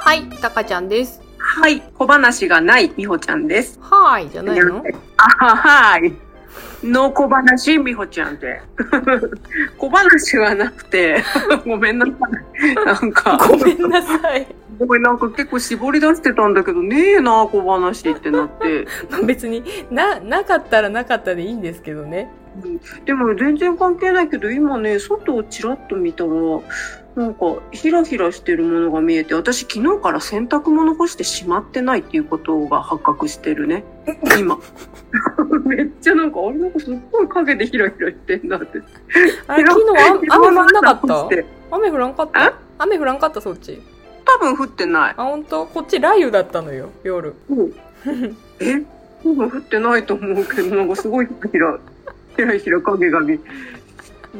はい、たかちゃんです。はい、小話がないみほちゃんです。はーい、じゃないのあははい。の小話みほちゃんで。 小話がなくて、 ごめんなさい。なんか、ごめんなさい。ごめんなんか結構絞り出してたんだけど、ねえな、小話ってなって。まあ別にな、なかったらなかったでいいんですけどね。うんでも全然関係ないけど、今ね、外をちらっと見たら、なんか、ひらひらしてるものが見えて、私昨日から洗濯物干してしまってないっていうことが発覚してるね。今。 めっちゃなんか、あれなんかすっごい影でひらひらしてんだって。あれ、昨日あ雨降んなかっ干たして雨降らんかっえた雨降らんかった、そっち。多分降ってない。あ、ほんとこっち雷雨だったのよ、 夜。うん、え多分降ってないと思うけど、なんかすごいひらひら、ひらひら影が見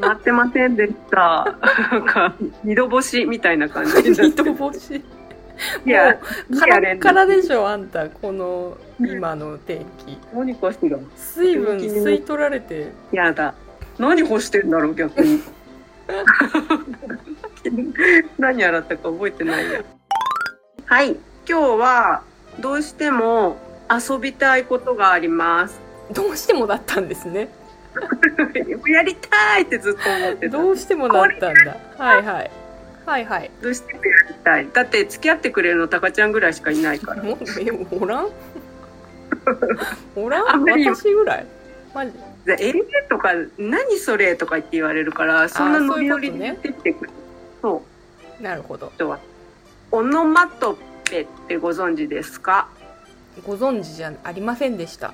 待ってませんでした。なんか、二度星みたいな感じ二で。度干し。いや、もう、カラッカラでしょ、あんた。この、今の天気。何かしら。水分吸い取られて。やだ。何干してんだろう、逆に。何洗ったか覚えてないや。はい。今日は、どうしても遊びたいことがあります。どうしてもだったんですね。やりたいってずっと思ってた。どうしてもだったんだ。はいはい。はいはい。どうしてもやりたい。だって付き合ってくれるのタカちゃんぐらいしかいないから。もえお らんおらあんんまり私ぐらいマジで えーとか、何それとか言って言われるから、そんなノリノリで出てきてくる。そうなるほど人は。オノマトペってご存知ですかご存知じゃありませんでした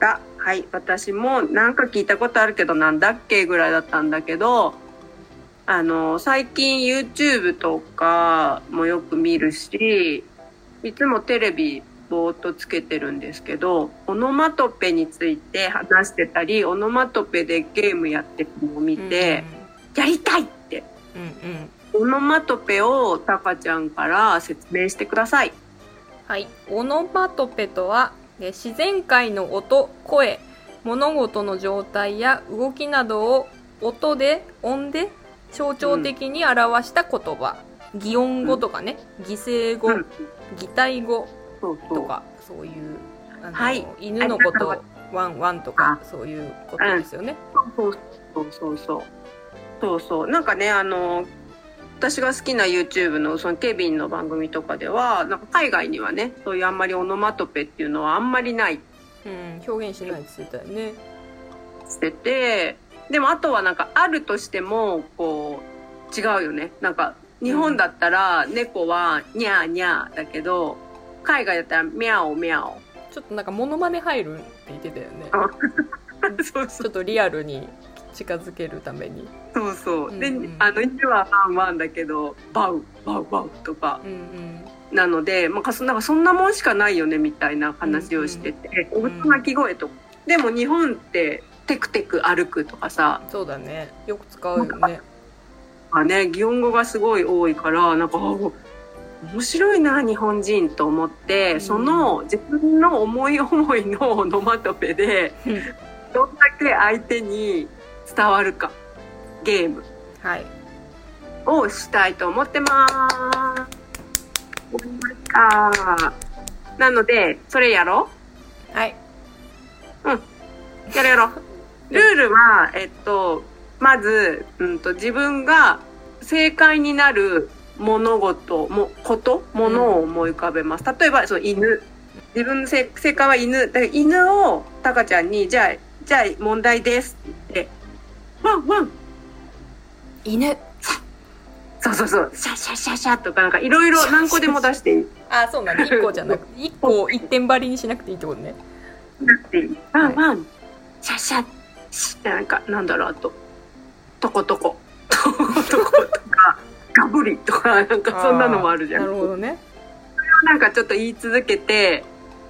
が、はい、私もなんか聞いたことあるけどなんだっけぐらいだったんだけど、あの、最近 YouTube とかもよく見るし、いつもテレビぼーっとつけてるんですけど、オノマトペについて話してたり、オノマトペでゲームやってるのを見て、やりたいって、うんうん、うんうんオノマトペをタカちゃんから説明してください。はいオノマトペとはえ自然界の音声物事の状態や動きなどを音で音で象徴的に表した言葉、擬音語とかね、擬声語、うん擬態語そうそとう。かそういうあの、はい犬のこありとワンワンとかそういうことですよね。そうそうそうそうそうそうなんかねあの私が好きな YouTube のそのケビンの番組とかではなんか海外にはねそういうあんまりオノマトペっていうのはあんまりないってうん、表現しないって言ってたよね。言っててでもあとはなんかあるとしてもこう違うよねなんか日本だったら猫はニャーニャーだけど海外だったらミャオミャオ ちょっとなんかモノマネ入るって言ってたよね。そうそちょうっとリアルに近づけるために。そうそうで、うんうんあの犬はワンワンだけどバウバウバウとかうんうん。なので、まあ、かそなんかそんなもんしかないよねみたいな話をしてて、んうん大人鳴き声とか、でも日本ってテクテク歩くとかさ、そうだね。よく使うよね。まあね、擬音語がすごい多いからなんかあ面白いな日本人と思って、うんその自分の思い思いのオノマトペでうんどんだけ相手に伝わるかゲームはい。をしたいと思ってます。思いましたなのでそれやろうはい。やろうやろう。ルールは、えっと、まず、うんと、自分が正解になる物事、も、こと、ものを思い浮かべます。例えば、その犬。自分の正正解は犬。だから犬を、タカちゃんに、じゃあ、じゃあ問題ですって言って、ワンワン犬。そうそうそう、シャシャシャシャとか、なんかいろいろ何個でも出していい。あ、そうなんだ。一個じゃなく て、一個を一点張りにしなくていいってことね。なっていいワンワン、シャシャ、シャなんか、なんだろう、あと、トコトコ、 トコトコとか、ガブリとか、なんかそんなのもあるじゃん。なるほどね。なんかちょっと言い続けて、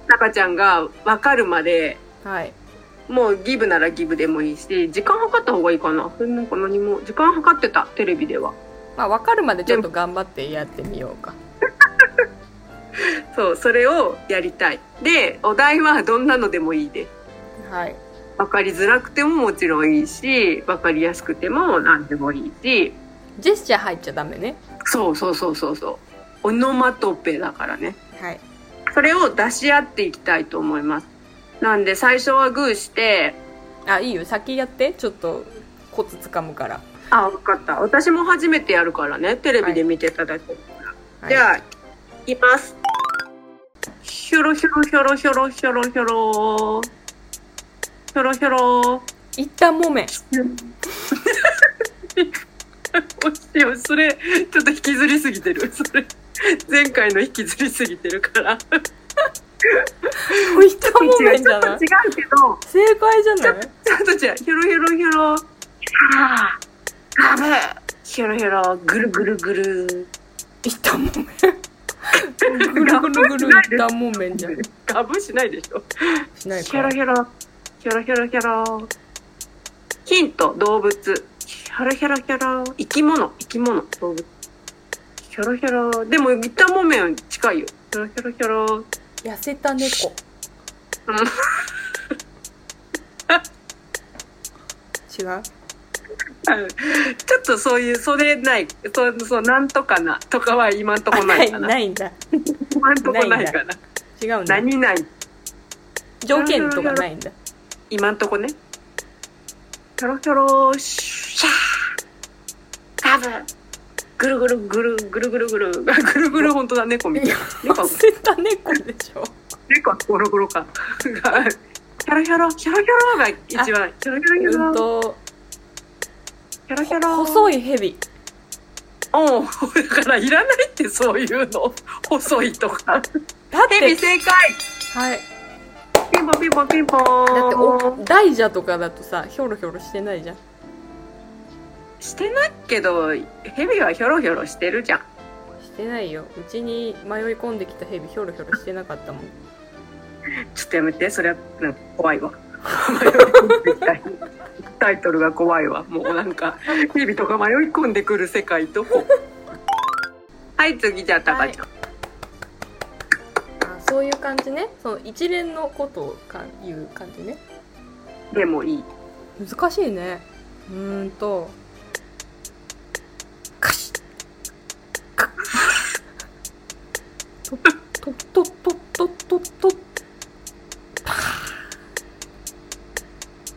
タカちゃんがわかるまで、はい。もうギブならギブでもいいし、時間計った方がいいかな。それなんか何も、時間計ってた、テレビでは。まあ、わかるまでちょっと頑張ってやってみようか。そう、それをやりたい。で、お題はどんなのでもいいです。はい。わかりづらくてももちろんいいし、わかりやすくても何でもいいし、ジェスチャー入っちゃダメね。そうそうそうそうそう。オノマトペだからね。はいそれを出し合っていきたいと思います。なんで最初はグーして、あいいよ先やってちょっとコツつかむからあ、分かった。私も初めてやるからね。テレビで見てただけ。はいじゃあ、いきます。ひょろひょろひょろひょろひょろひょろ。ひょろひょろ。 一旦もめおしよそれちょっと引きずりすぎてるそれ前回の引きずりすぎてるから一旦も違めうじちょゃっとな違いうけど正解じゃないちょっと違うひょろひょろひょろあああぶひょろひょろぐるぐるぐる一旦もめぐるぐるぐる一旦もめじゃんガブしないでしょしないひかょろらひょろひょろひょろひょろヒント動物ひょろひょろひょろ生き物生き物動物ひょろひょろでもギターもめん近いよひょろひょろひょろ痩せた猫うん違ううんちょっとそういう、それない、そう、そう、なんとかな、とかは今んとこない かな。ないんだ今んとこないかな。違うんだ何ない、条件とかないんだ今んとこね。ひょろひょろ、シャー、ガブ、ぐるぐるぐる、ぐるぐるぐ る、ぐるぐる本当だ、猫みたい。猫痩、せた猫でしょ猫はゴロゴロか。ひょろひょろ、ひょろひょろが一番、ひょろひょろひょうんろ、とひょろひょろ。細い。い蛇うん、だからいらないってそういうの。細いとだか。っヘビて正解はいピンポンピンポンピンポだってーおン。大蛇とかだとさひょろひょろしてないじゃんしてないけど、ヘビはひょろひょろしてるじゃん。してないようちに迷い込んできたヘビひょろひょろしてなかったもんちょっとやめて、それはなんか怖 いわ。迷い込んできたタイトルが怖いわ。もうなんか、ヘビとか迷い込んでくる世界どこはい、次じゃあ、タカちゃん。あそういう感じねその一連のことをか言う感じねでもいい。難しいねうーんとカシッカッととととととと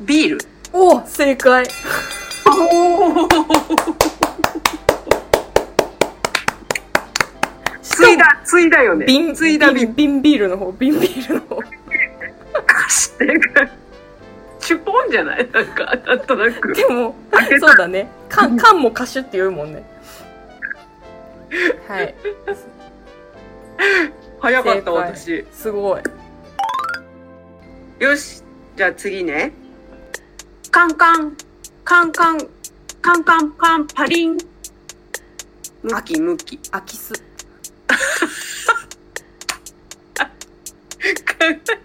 ビール。お正解おつしいかだ、ついだよね。も瓶ついだビール瓶瓶ビールの方瓶ビールの方してる。 チュポンじゃないなんか、なんとなく。でも開けたそうだね 缶缶もカシュって言うもんねはい早かった正解私すごいよしじゃあ次ねカンカンカンカンカンカンカンパリンムキムキ 空き巣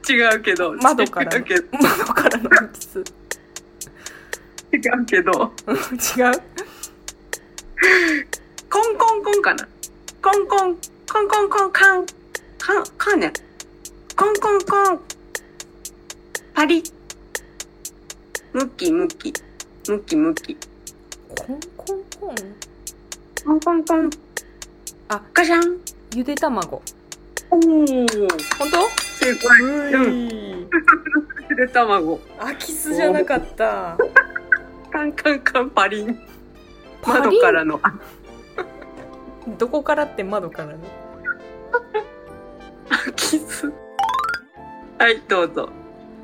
違うけど窓から違うのけど窓からの空き巣違うけどうん違うコンコンコンかなコンコンコンコンコンカンカンカンねコンコンコンパリムキムキムキムキコンコンコンコンコンコンあガシャンゆで卵おー本当正解ううんゆで卵空き巣じゃなかったカンカンカンパリン。パリン窓からの。あどこからって窓からねキス。はい、どうぞ。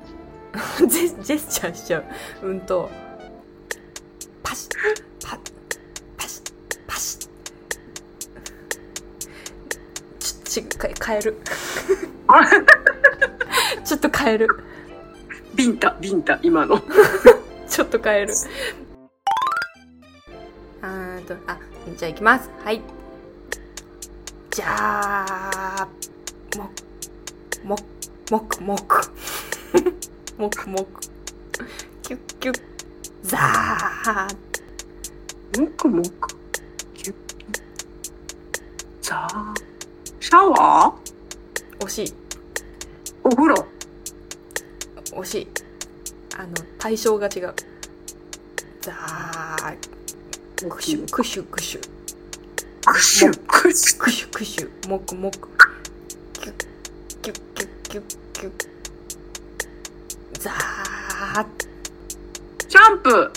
ジェジェスチャーしちゃううんとパシッパパシッパシッちょっと変えるあ ちょっと変えるビンタ、ビンタ、今の。 ちょっと変えるあーとあじゃあいきますはいじゃあもももくもく もくもくキュッキュッザーもくもく。キュッキュッザー。シャワー惜しいお風呂。惜しいあの対象が違うザークシュクシュクシュクシュククシュシュクシュもくもくキュッキュッキュッキュッキュッザーッシャンプ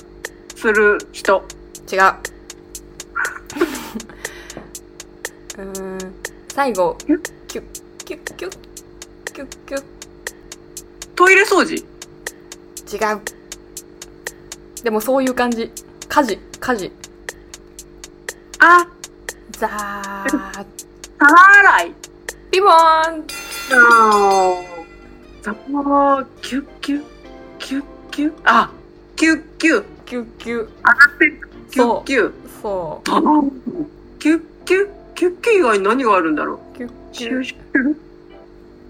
ーする人違う。う ーん、最後、キュッ、キュッ、キュッ、キュッ、キュッ、キュトイレ掃除ッ、違う。でもそういう感じ。家事、家事。あザーッ。皿洗いピボーンあーザーキュッキュッキュッキュッあキュッキュッキュッキュッ。キュッキュッそバーンキュッキュッキュッキュッ以外に何があるんだろうう。キュッキシュュッ。シュ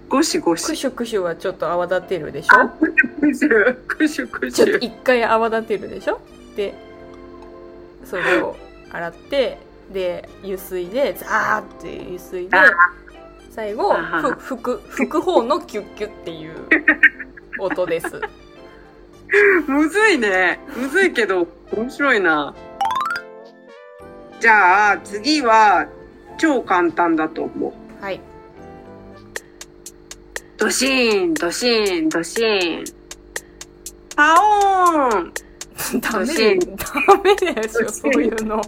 ゴシゴシクシュクシュはちょっと泡立てるでしあょクシュクシュクちシょっとュ一回泡立てるでしょで、それを洗って、で、油水で、ザーって油水であ、最後、あはふは吹く、吹く方のキュッキュッっていう音 です。むずいねむずいけど面白いなじゃあ次は超簡単だと思うはい。ドシーンドシーンドシーンパオーンダメ年ダメですよ、年そういうの。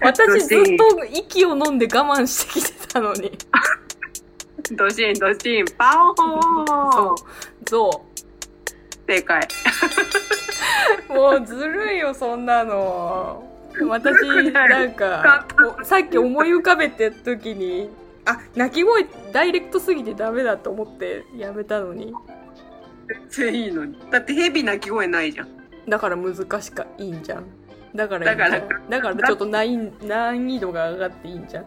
私ずっと息を飲んで我慢してきてたの に。ドシーンドシーンパそオーンう。ゾ正解ウ。もうずるいよ、そんなの。私、なんか、おさっき思い浮かべてる時に、あ、鳴き声ダイレクトすぎてダメだと思ってやめたのに。全然いいのにだってヘビ鳴き声ないじゃんだから難しかいいんじゃんだからいいんじゃんだだからちょっと難易難易度が上がっていいんじゃん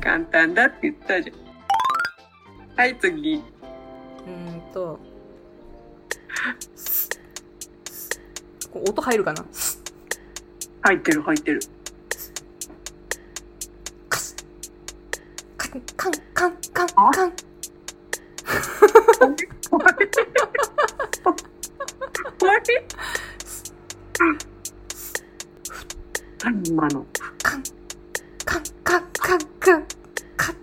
簡単だって言ったじゃんはい次うーんとススこう音入るかなス入ってる入ってるカスカンカンカンカンあカン終わり何今のカンカンカンカンカンカン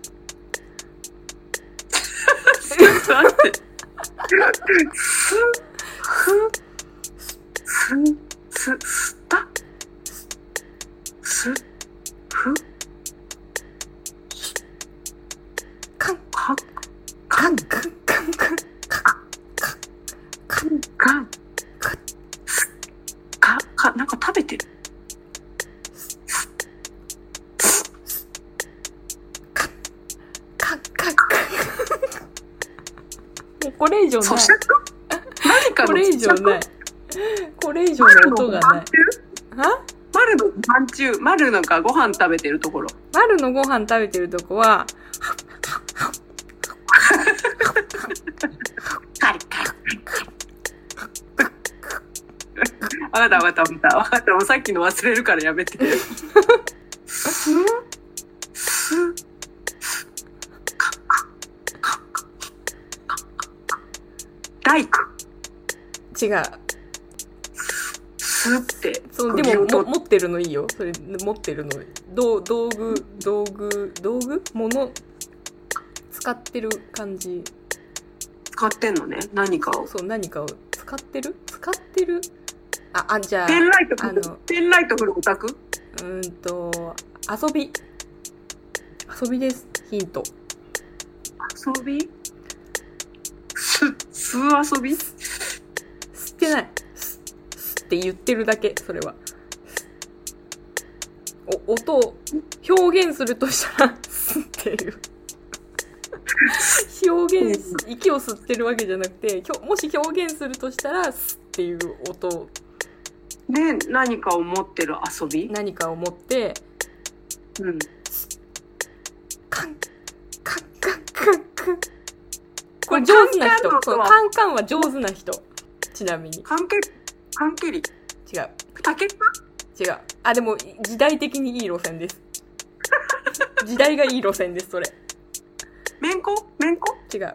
ちょっと待って。す、す、す、す、すた、す、ふ、カンか、カンカンカンカンかん、かん、か、す、か、か、なんか食べてる。カンカンカンもうこれ以上な咀い嚼何かのこれ以上ないこれ以上の音がないは丸のご飯中、丸のがご飯食べてるところ。マルのご飯食べてるとこは、カリカリカリわかったわかったわかった。わかった。もうさっきの忘れるからやめて。す、す、か、か、か、か、か、か、大工。違う。すって。そう、で釘もをも、取っ持ってるのいいよ。それ、持ってるの。道道具、道具、道具物、使ってる感じ。使ってんのね。何かを。そう、何かを使ってる使ってるあ、あ、じゃあ、ペンライトあ振のる。ペンライト振るオタクうーんと、遊び。遊びです。ヒント。遊びす、す遊び吸ってない。吸吸って言ってるだけ、それは。お、音を表現するとしたら、吸っていう。表現し、息を吸ってるわけじゃなくて、ひょもし表現するとしたら、吸っていう音、ね、何かを持ってる遊び何かを持って、うん。カン、カンカンカンカン。これ上手な人。カンカンの音そうはカンカンは上手な人。ちなみに。関係、関係り。違う。竹か違う。あ、でも、時代的にいい路線です。時代がいい路線です、それ。めんこめんこ違う。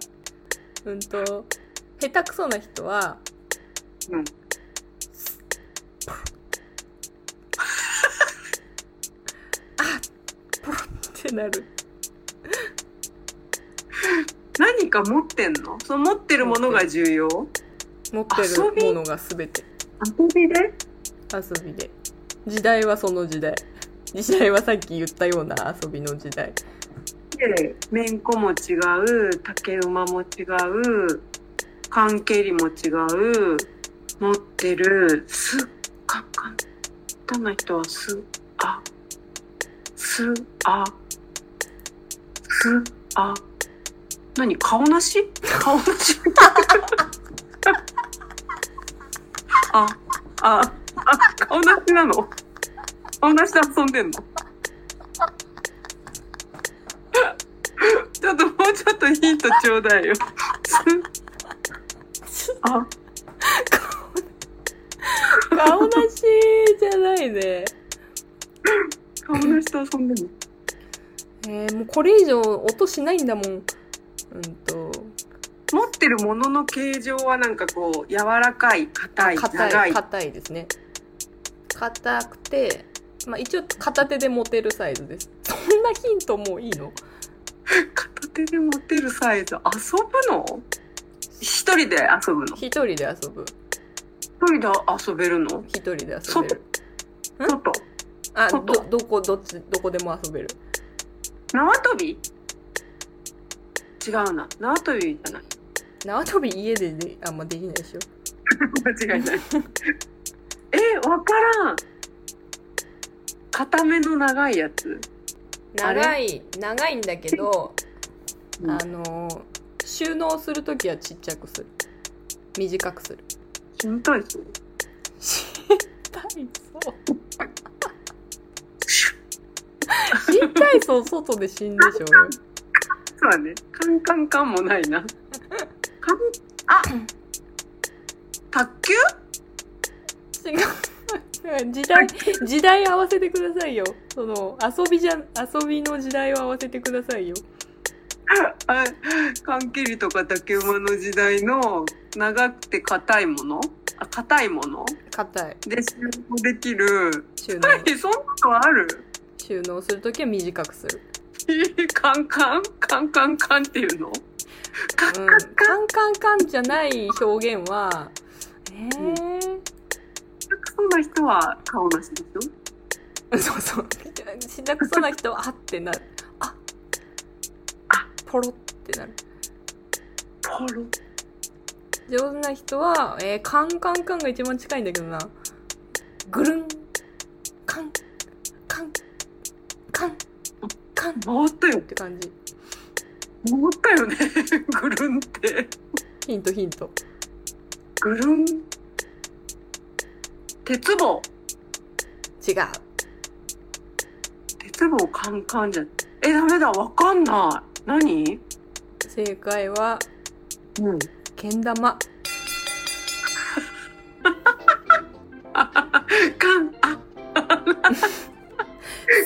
うんと、下手くそな人は、 うん。ってなる何か持ってんのその持ってるものが重要持って遊びるものが全て遊びで遊びで時代はその時代時代はさっき言ったような遊びの時代で、めんこも違う、竹馬も違う、缶蹴りも違う、持ってる、すっ、かんかん。下手な人はす、あ、す、あ、す、あ。何顔なし顔なし あ、あ、あ、顔なしなの顔なしで遊んでんのちょっともうちょっとヒントちょ うだいよ。あ、顔なしじゃないね顔の人遊んでるえー、もうこれ以上音しないんだもんうんとの。持ってるものの形状はなんかこう、柔らかい、硬い、長硬いい。硬いですね硬くてまあ一応片手で持てるサイズです そんなヒントもういいの片手で持ってるサイズ。遊ぶの一人で遊ぶの一人で遊ぶ一人で遊べるの一人で遊べ外るん外あど外どこどっちどこでも遊べる縄跳び違うな。縄跳びじゃない。縄跳び家でであんまできないでしょ間違 いない。え、わからん。固めの長いやつ。あれ長い長いんだけど、うんあのー収納するときはちっちゃくする短くす るしんどいですね。失敗そう新体操外で死んでしょそうだね。カンカンカンもないな。カン、あ卓球違う時代時代合わせてくださいよその遊びじゃ遊びの時代を合わせてくださいよあ缶切りとか竹馬の時代の長くて硬いものあ、硬いもの硬いで収納できる。収納はい、そんなのある収納するときは短くするえカンカンカンカンカンっていうのカンうんカンカン、たカンカンカンじゃない表現はえー、くさんな人は顔なしでしょそうそう。しなくそうな人は、あってなる。ああポロってなる。ポロ。上手な人は、えー、カンカンカンが一番近いんだけどな。ぐるん、カン、カン、カン、カンっ回ったよ。て感じ。回ったよね。 ぐるんって。ヒントヒント。ぐるん。鉄棒。違う。鉄棒カンカンじゃん。え、ダメだ。わかんない。何正解は、うん。けん玉。カン、あ、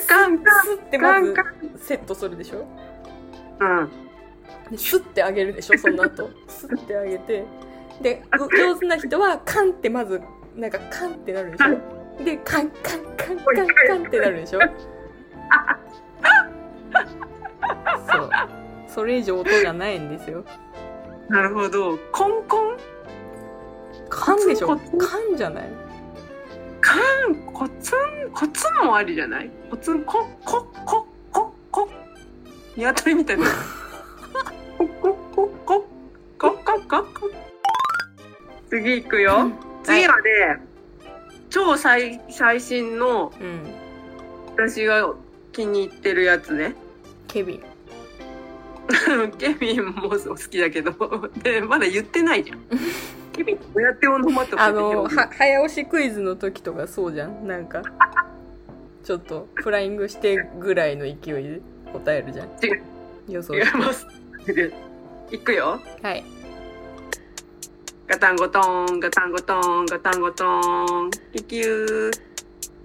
カンカン。スってカまンずカセットするでしょン。うん。でスッてあげる でしょその後スッてあげてでう上手な人はカンってまずなんかカンってなるでしょでカンカンカンカンカンってなるでしょ そうそれ以上音がないんですよなるほど。コンコンカンでしょコカツンコツンじゃないカン、コツン、コツンもありじゃないコツン、コ、コ、コ、コ、コ。ニワトリみたいな。コ、コ、コ、コ、コ、コ、コ、コ。次いくよ。次はね、超最最新のうん私が気に入ってるやつね。ケビン ケビンも好きだけど、 で、まだ言ってないじゃん。ケビン、どうやってオノマトペであ表の現は早押しクイズの時とかそうじゃんなんかちょっとフライングしてぐらいの勢いで答えるじゃん違う予想違います。 いくよ。はいガタンゴトーン、ガタンゴトーン、ガタンゴトーン、キキュー、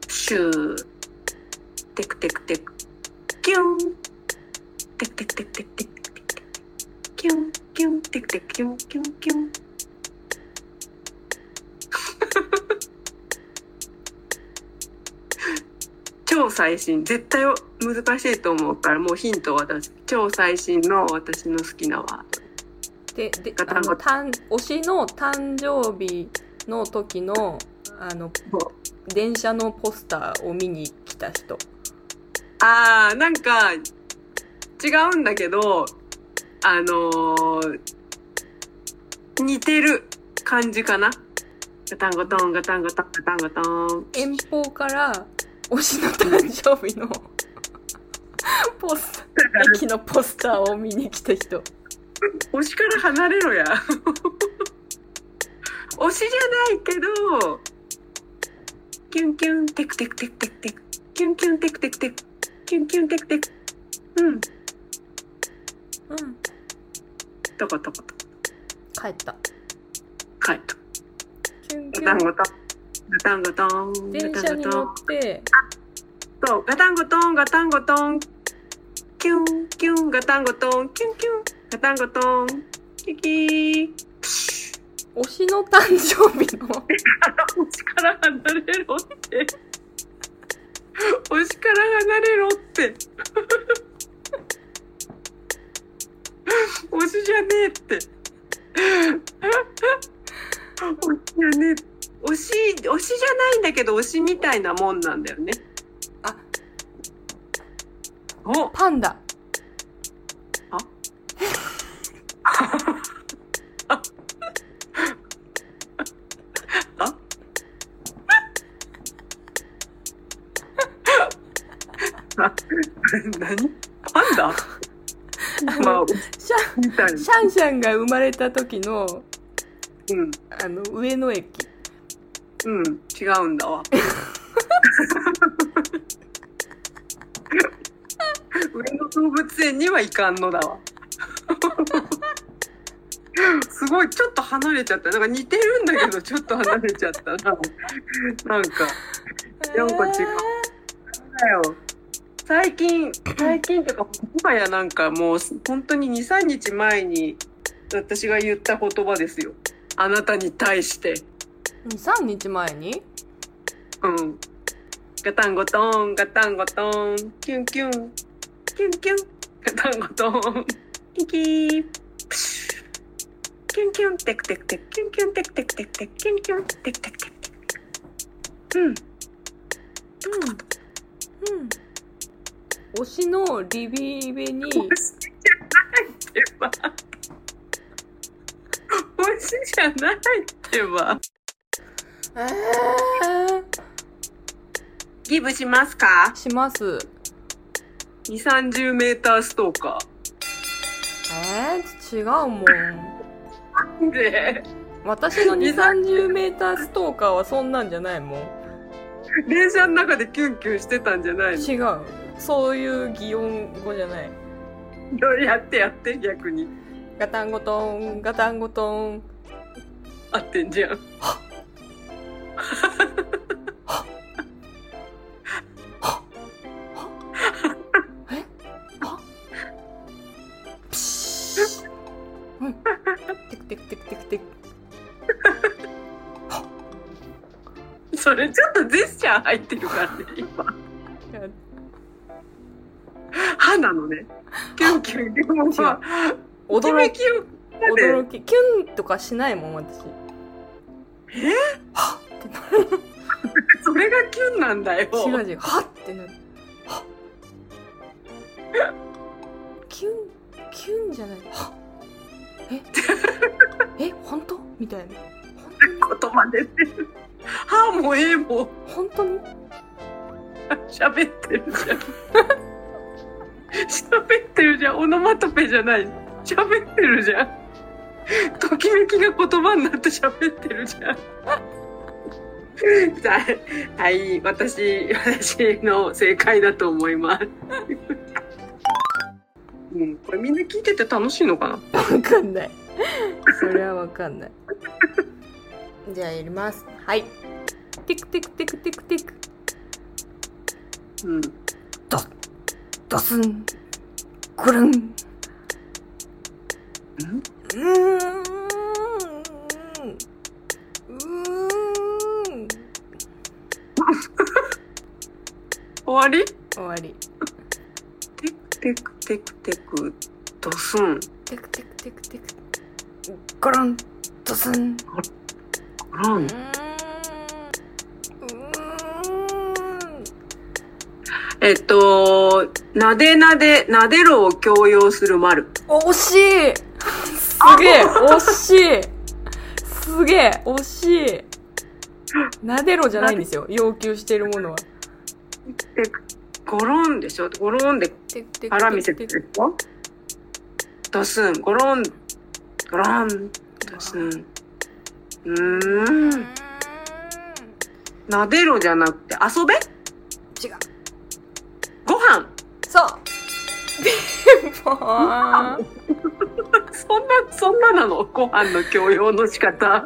シュー、テクテクテク、キュン、テクテクテクテクテクテクテク、キュン、キュン、テクテク、キュン、キュン、キュン。超超最新絶対難しいと思うからもうヒントを渡す超最新の私の好きなワードで、で、ガタンあゴの、たん、推しの誕生日の時の、あの、電車のポスターを見に来た人。あーなんか違うんだけどあのー似てる感じかなガタンゴトンガタンゴトンガタンゴトン遠方から、推しの誕生日の、 ポスター、駅のポスターを見に来た人。推しから離れろや 推しじゃないけどキュンキュンテクテクテクテクテクキュンキュンテクテクテクキュンキュンテクテクうんうん。とことこと帰った。帰ったキュンキガタンュン。ゴトンガタンゴトン電ガ車タンにゴト乗ンって、そうガタンゴトンガタンゴトンキュンキュンガタンゴトンキュンキュンガタンゴトンキキー推しの誕生日の、推しから離れろって推しから離れろって 推しじゃねえって 推しじゃねえ推し推しじゃないんだけど推しみたいなもんなんだよねあ、おパンダ。何パン ダあまあの、推しシャみたいン、シなャンシャンが生まれた時の、うんあの、上野駅。うん、違うんだわ。 上野動物園には行かんのだわ。 すごい、ちょっと離れちゃった。なんか似てるんだけど、ちょっと離れちゃったな。なんか、四個違うだよ。最近、最近とか、今やなんかもう、本当に2、3日前に、私が言った言葉ですよ。あなたに対して。 23日前にうん。ガタンゴトーン、ガタンゴトーン、キュンキュン、キュンキュン、ガタンゴトーン、キキー、プシュキュンキュン、テクテクテク、キュンキュン、テクテクテクテク、キュンキュン、テクテクテクテク。うん。うん推しのリビーベに推しじゃないってば。推しじゃないってば。ギブしますかします。 ?2、30メーターストーカえー、違うもん。ー。で、私の2、30メーターストーカーはそんなんじゃないもん。電車の中でキュンキュンしてたんじゃないの違う。そういう擬音語じゃない。どうやってやって逆にガタンゴトン、ガタンゴトン。合ってんじゃん。ピシッ。うん。テクテクテクテク テク。それちょっとジェスチャー入ってるからね今。歯なのね。キュンキュン。でもまあ、驚き、きを。驚き。キュンとかしないもん、私。えはっってなる。それがキュンなんだよ。違う違う。はっってなる。はっキュン、キュンじゃない。はっえ え、本当みたいな。言葉出てる。歯もえも本当に喋ってるじゃん。喋ってるじゃん。オノマトペじゃない。喋ってるじゃん。ときめきが言葉になって喋ってるじゃん。はいはい、私、私の正解だと思います。うん、これみんな聞いてて楽しいのかなわかんない。それはわかんない。じゃあやります。はい。テクテクテクテクテク。うん。ドスン。くるん。んうーん。うーん。終わり終わりテクテクテクテク、ドスン。テクテクテクテクゴロンドスンゴロうーんンうーんえっと、なでなで、なでろを強要する丸。惜しいすげえ惜しいすげえ惜しいなでろじゃないんですよ要求しているものはテク、ゴロンでしょゴロンでテクテク腹見せテてクるテクでしょドスン、ゴロン、ゴロン、ドスン。ううーーんん。なでろじゃなくて、遊べ違うご飯そうピンポーンそんな、そんななのご飯の強要の仕方。う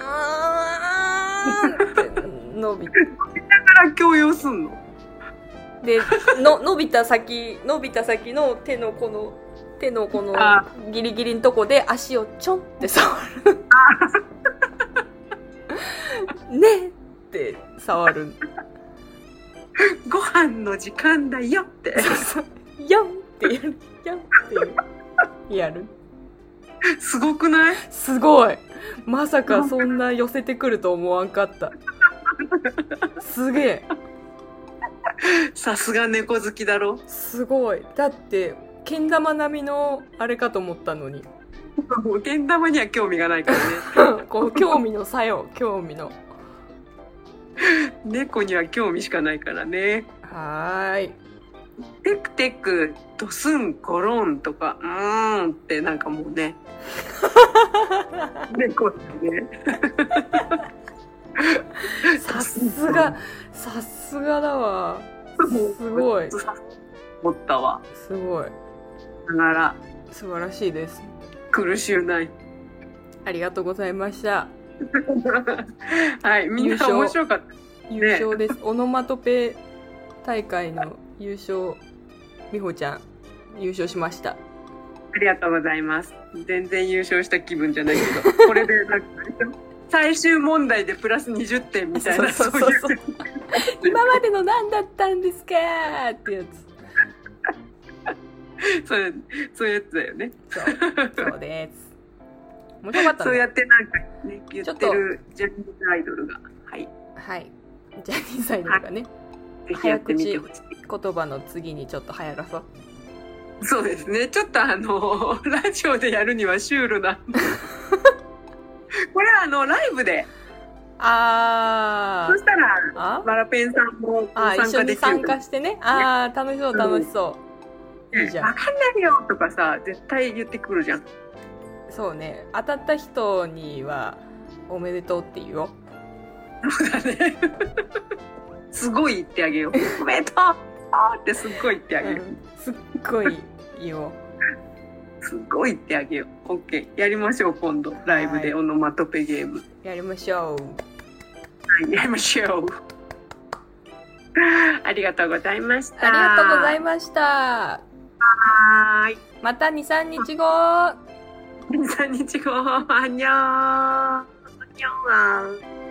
ーんって 伸びから強要すんのでの伸びた先伸びた先の手のこの手のこのあギリギリのとこで足をちょんって触る。 ねえって触る。 ご飯の時間だよって。やんってやる。やんってやる。すごくないすごいまさかそんな寄せてくると思わんかった。すげえさすが猫好きだろ。すごいだって、けん玉並みのあれかと思ったのに。 もう、けん玉には興味がないからね。こう、興味の作用、興味の。猫には興味しかないからね。はーい。テクテク、ドスン、ゴロンとか、うーんってなんかもう ね。猫だね。さすが、さすがだわ。すごい思ったわ。すごい。だから、素晴らしいです。苦しゅうない。 ありがとうございました。はい、みん優な勝面白かった。優勝です。オノマトペ大会の優勝、美穂ちゃん、優勝しました。ありがとうございます。全然優勝した気分じゃないけ ど、これでなんか、最終問題でプラス20点みたいな、そそううそうそういそうう。 今までの何だったんですかってやつ。そういう、そういうやつだよね。そう、そうです。面白かったそうね。やってなんかね、言ってるジャニーズアイドルが、はい、はい。ジャニーサイドがね、ぜひやってみてほしい。言葉の次にちょっと流行らそう。そうですね。ちょっとあの、 ラジオでやるにはシュールな。 これはあの、ライブで。あそしたら、ー。あマラペンさんもあ参一緒加にできる。参加してね。ああ、楽しそう、楽しそう。いいじゃわん。かんないよとかさ、絶対言ってくるじゃん。 そうね。当たった人には、おめでとうって言おう。そうだね。すごい言ってあげよう。おめでとうあーってすっごい言ってあげよう。すっごい言おう。すっごい言ってあげよう。オッケー。やりましょう、今度。ライブでオノマトペゲーム。やりましょう。はい、やりましょう。 ありがとうございました。ありがとうございまました。す。また2、3日後。 はーい。3日後、あんにょー。あんにょー。